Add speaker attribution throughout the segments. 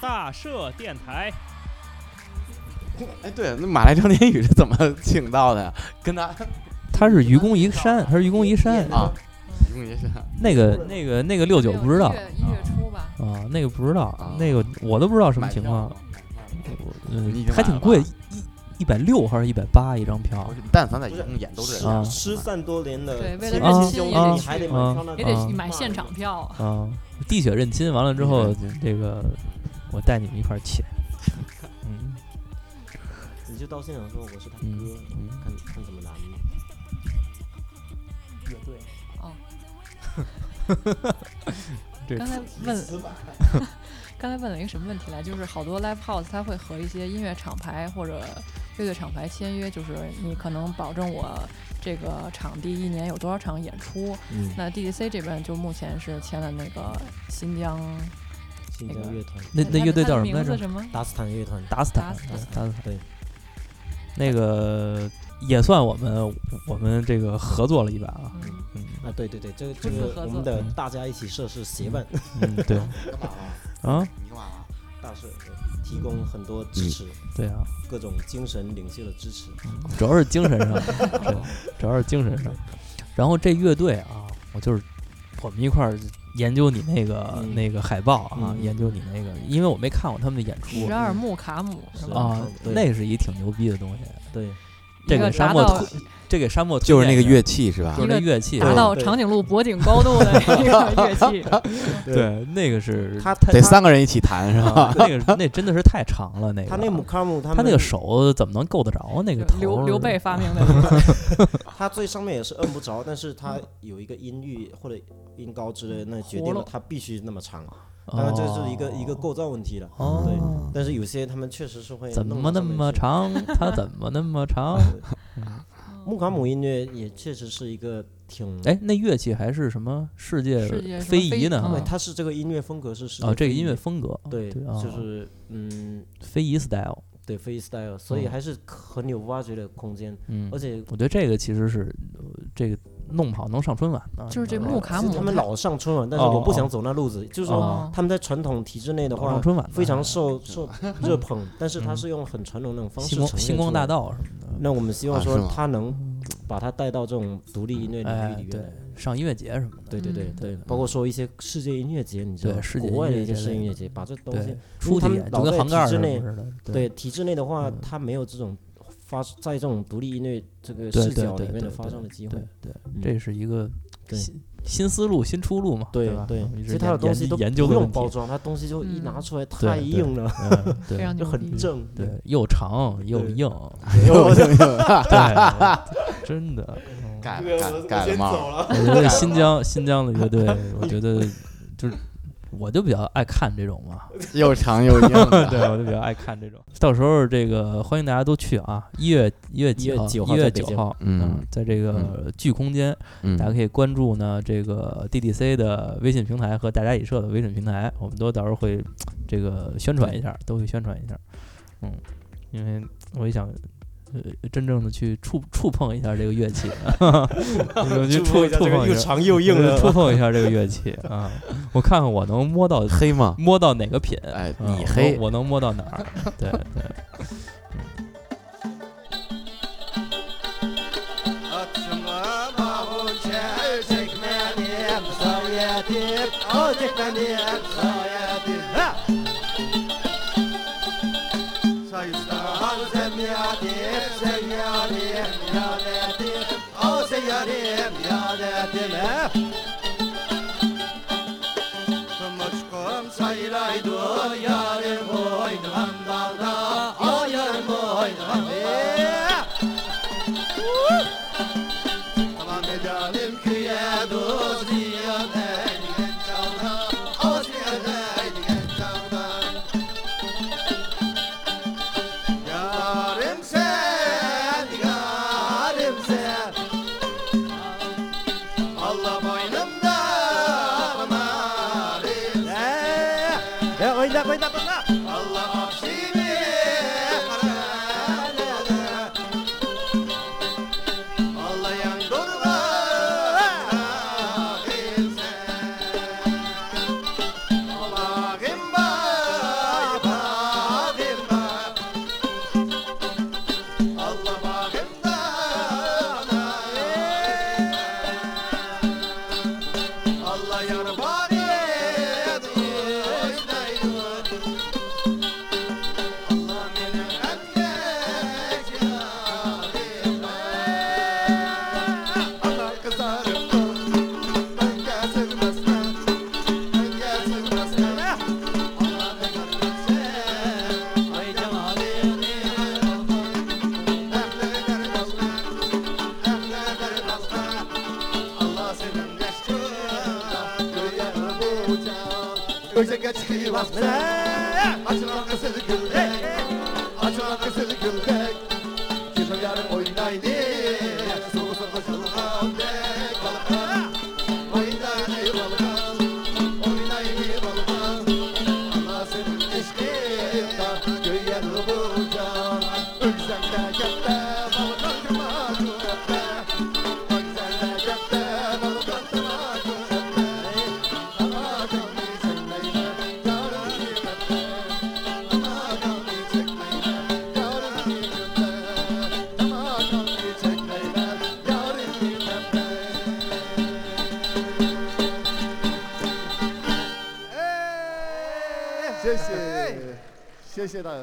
Speaker 1: 大社电台。
Speaker 2: 哎，对，那马来张天宇是怎么请到的呀？跟 他
Speaker 3: 他是愚公移山，他是愚公移山
Speaker 2: 啊，一共也是
Speaker 3: 那个那个那个六九不知道
Speaker 4: 一月一月初吧，
Speaker 3: 啊，那个不知
Speaker 2: 啊
Speaker 3: 道，那个我都不知道什么
Speaker 2: 买
Speaker 3: 情
Speaker 2: 票
Speaker 3: 况
Speaker 2: 吗。？你已
Speaker 3: 嗯
Speaker 2: 经，
Speaker 3: 还
Speaker 2: 买了
Speaker 3: 挺贵，
Speaker 2: 吧
Speaker 3: 一一百六还是一百八一张票
Speaker 2: 不是，但凡在一共演都是这样
Speaker 3: 啊
Speaker 5: 失散多年的
Speaker 4: 对为
Speaker 5: 亲
Speaker 4: 了
Speaker 5: 人
Speaker 3: 认
Speaker 5: 兄
Speaker 3: 亲也
Speaker 5: 弟，
Speaker 3: 得
Speaker 5: 你还得
Speaker 3: 去
Speaker 5: 买票那
Speaker 4: 啊也
Speaker 5: 个
Speaker 4: 得买现场票啊。
Speaker 3: 啊？滴血认亲完了之后
Speaker 2: 滴血认亲，
Speaker 3: 这个我带你们一块儿去。嗯，
Speaker 5: 你就到现场说我是他
Speaker 4: 嗯
Speaker 5: 哥，看看怎么拦你。
Speaker 6: 乐队，
Speaker 3: 对
Speaker 4: 刚才问，刚才问了一个什么问题来？就是好多 live house 它会和一些音乐厂牌或者乐队厂牌签约，就是你可能保证我这个场地一年有多少场演出。
Speaker 5: 嗯，
Speaker 4: 那 DDC 这边就目前是签了那个新疆，
Speaker 5: 新
Speaker 4: 那
Speaker 5: 疆
Speaker 4: 个
Speaker 5: 乐团
Speaker 3: 那那乐队叫什么
Speaker 4: 名
Speaker 3: 来着
Speaker 4: 字？什么？
Speaker 5: 达斯坦乐团，
Speaker 3: 达斯坦
Speaker 4: 达斯，坦
Speaker 3: 达斯坦，
Speaker 5: 对，
Speaker 3: 那个也算我们我们这个合作了一把 啊。
Speaker 4: 嗯，
Speaker 3: 嗯
Speaker 5: 啊，对对对，这个这
Speaker 4: 不是
Speaker 5: 个
Speaker 4: 合
Speaker 5: 我
Speaker 4: 作
Speaker 5: 们的大家一起社是协办
Speaker 3: 嗯，对
Speaker 2: 干嘛了？
Speaker 3: 啊，
Speaker 2: 你干嘛了？
Speaker 5: 大社，对提供很多支持，
Speaker 3: 对啊，
Speaker 5: 各种精神领袖的支持。
Speaker 3: 主要是精神上，对，主要是精神上。然后这乐队啊，我就是我们一块儿研究你那个、
Speaker 5: 嗯
Speaker 3: 那个海报啊，
Speaker 5: 嗯
Speaker 3: 研究你那个，因为我没看过他们的演出
Speaker 4: 十二木卡姆是
Speaker 5: 是
Speaker 4: 吗？
Speaker 3: 啊，
Speaker 5: 对
Speaker 3: 那是一挺牛逼的东西。
Speaker 5: 对，
Speaker 3: 这
Speaker 4: 一
Speaker 3: 给
Speaker 4: 个
Speaker 3: 沙
Speaker 4: 达
Speaker 3: 漠
Speaker 4: 到
Speaker 3: 推，这给沙漠推
Speaker 2: 就是那个
Speaker 3: 荐一下，
Speaker 2: 乐器是吧
Speaker 3: 就？是那乐器，啊
Speaker 4: 达到长颈鹿脖颈高度 的一个乐器，
Speaker 3: 对那个是
Speaker 5: 他他
Speaker 2: 得
Speaker 5: 他
Speaker 2: 三个人一起弹是吧？
Speaker 3: 啊，那 个是那真的是太长了，那个
Speaker 5: 他那姆卡姆他
Speaker 3: 他那
Speaker 5: 们
Speaker 3: 个手怎么能够得着那个头儿？
Speaker 4: 刘刘备发明的，
Speaker 5: 他最上面也是摁不着，但是
Speaker 3: 嗯
Speaker 5: 他有一个音域或者音高之类的，那决定
Speaker 4: 活
Speaker 5: 了
Speaker 4: 了
Speaker 5: 他必须那么长。
Speaker 3: 哦，
Speaker 5: 当然这是一个一个构造问题了，
Speaker 3: 哦
Speaker 5: 对。但是有些他们确实是会
Speaker 3: 怎
Speaker 5: 弄
Speaker 3: 么那
Speaker 5: 到上面
Speaker 3: 么
Speaker 5: 去？
Speaker 3: 长？它怎么那么长？
Speaker 5: 木卡姆音乐也确实是一个挺
Speaker 3: 哎，那乐器还是什么世界
Speaker 4: 世界什么
Speaker 3: 非遗呢？
Speaker 4: 非遗
Speaker 5: 对，
Speaker 3: 啊
Speaker 5: 它是这个音乐风格是世界
Speaker 3: 啊，这个
Speaker 5: 非遗
Speaker 3: 音乐风格，
Speaker 5: 对，
Speaker 3: 啊
Speaker 5: 就是嗯，
Speaker 3: 非遗 style。
Speaker 5: 对 freestyle，所以
Speaker 3: 嗯
Speaker 5: 还是很有挖掘的空间，
Speaker 3: 嗯
Speaker 5: 而，且
Speaker 3: 我觉得这个其实是呃这个弄不好能上春晚呢。
Speaker 4: 就是这
Speaker 3: 你知道
Speaker 4: 木
Speaker 3: 吧
Speaker 4: 卡
Speaker 5: 其
Speaker 4: 姆
Speaker 5: 呃实他们
Speaker 4: 它
Speaker 5: 老上春晚，但是
Speaker 3: 哦
Speaker 5: 我不
Speaker 3: 哦
Speaker 5: 想走那路子，就是说
Speaker 4: 哦
Speaker 5: 他们在传统体制内的
Speaker 3: 老上
Speaker 5: 话。
Speaker 3: 春晚呢
Speaker 5: 非常受受热捧，但是他是用很传统那种方式
Speaker 3: 星
Speaker 5: 呈
Speaker 3: 光
Speaker 5: 现
Speaker 3: 星光
Speaker 5: 出来
Speaker 3: 大。道什么的。
Speaker 5: 那我们希望
Speaker 2: 啊是
Speaker 5: 说
Speaker 2: 吗
Speaker 5: 他能把它带到这种独立音乐领域
Speaker 3: 哎
Speaker 5: 里，面
Speaker 3: 对
Speaker 5: 来。，
Speaker 3: 上音乐节什么的，
Speaker 5: 对对对
Speaker 4: 嗯
Speaker 5: 对，包括说一些世界音乐节，你知道
Speaker 3: 对
Speaker 5: 吗，
Speaker 3: 世界
Speaker 5: 国外
Speaker 3: 音
Speaker 5: 的
Speaker 3: 乐
Speaker 5: 一些
Speaker 3: 节
Speaker 5: 世界
Speaker 3: 类
Speaker 5: 音
Speaker 3: 的
Speaker 5: 乐节，把这东西
Speaker 3: 对，出
Speaker 5: 他
Speaker 3: 体
Speaker 5: 们
Speaker 3: 就
Speaker 5: 老
Speaker 3: 跟
Speaker 5: 在
Speaker 3: 杭盖儿
Speaker 5: 体制
Speaker 3: 似
Speaker 5: 内
Speaker 3: 的，
Speaker 5: 对体制内的话，
Speaker 3: 嗯
Speaker 5: 他没有这种发在这种独立音乐这个
Speaker 3: 对
Speaker 5: 视
Speaker 3: 对
Speaker 5: 角里
Speaker 3: 对
Speaker 5: 面
Speaker 3: 对
Speaker 5: 的发
Speaker 3: 对
Speaker 5: 声的机
Speaker 3: 对
Speaker 5: 会。
Speaker 3: 对，
Speaker 5: 嗯
Speaker 3: 这是一个
Speaker 5: 对
Speaker 3: 新新思路、新出路嘛，
Speaker 5: 对
Speaker 3: 吧？
Speaker 5: 对
Speaker 3: 我们一，
Speaker 5: 其
Speaker 3: 直
Speaker 5: 实他
Speaker 3: 研
Speaker 5: 的东
Speaker 3: 研
Speaker 5: 西
Speaker 3: 究
Speaker 5: 都不
Speaker 3: 研究的
Speaker 5: 用
Speaker 3: 问题
Speaker 5: 包装，他东西就一拿
Speaker 4: 嗯
Speaker 5: 出来
Speaker 3: 对
Speaker 5: 太
Speaker 3: 对
Speaker 5: 硬了，
Speaker 3: 嗯
Speaker 4: 非
Speaker 3: 对
Speaker 4: 常
Speaker 5: 就
Speaker 4: 牛逼
Speaker 5: 很，正。
Speaker 3: 对，又长又
Speaker 5: 对
Speaker 3: 硬，
Speaker 5: 我就
Speaker 3: 对，真的。嗯
Speaker 2: 盖了盖了盖了帽，
Speaker 3: 我觉得新疆新疆的乐队，我觉得就是我就比较爱看这种嘛，
Speaker 2: 又长又硬 的。
Speaker 3: 对，我就比较爱看这种。到时候这个欢迎大家都去啊，一月一月几号？
Speaker 5: 1月9
Speaker 3: 一
Speaker 5: 号
Speaker 3: 月
Speaker 5: 在北京
Speaker 3: 九号，啊
Speaker 2: 嗯，
Speaker 3: 在这个剧空间，
Speaker 2: 嗯
Speaker 3: 大家可以关注呢这个 DDC 的微信平台和大家以社的微信平台，我们都到时候会这个宣传一下，都会宣传一下。嗯，因为我也想。呃，真正的去触触碰一下这个乐器， 我去触触碰一下，
Speaker 5: 长又
Speaker 3: 呃触碰一下这个乐器啊，我看看我能摸到
Speaker 2: 黑吗？
Speaker 3: 摸到哪个品，
Speaker 2: 哎，
Speaker 3: 啊
Speaker 2: 你
Speaker 3: 我
Speaker 2: 黑
Speaker 3: 我能摸到哪儿？对对。
Speaker 7: Yarim sen, yarim sen Allah boynumda marim sen
Speaker 5: oyna oyna oyna.
Speaker 7: Allah afşimi karalada Allah yandurgan Açılan kızıl gülbek Açılan kızıl gülbek Kimse yarın oynaydı Soğuk soğuk çalınan dek Balkan Oynaydı balkan Oynaydı balkan Allah senin eşkıya Göğe bulacağım Ölsen de gökte Balkan kıma cürette Ölsen de gökte Balkan kıma cürette Ana gönlü çekmeyle Yarın kıymette Ana gönlü çekmeyle Yarın kıymette Ana gönlü çekmeyle Yarın kıymette
Speaker 1: 谢谢，
Speaker 7: 谢谢大家。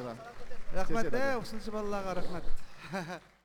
Speaker 1: rahmat
Speaker 7: 谢谢大家
Speaker 1: de, olsun size Allah'a rahmet.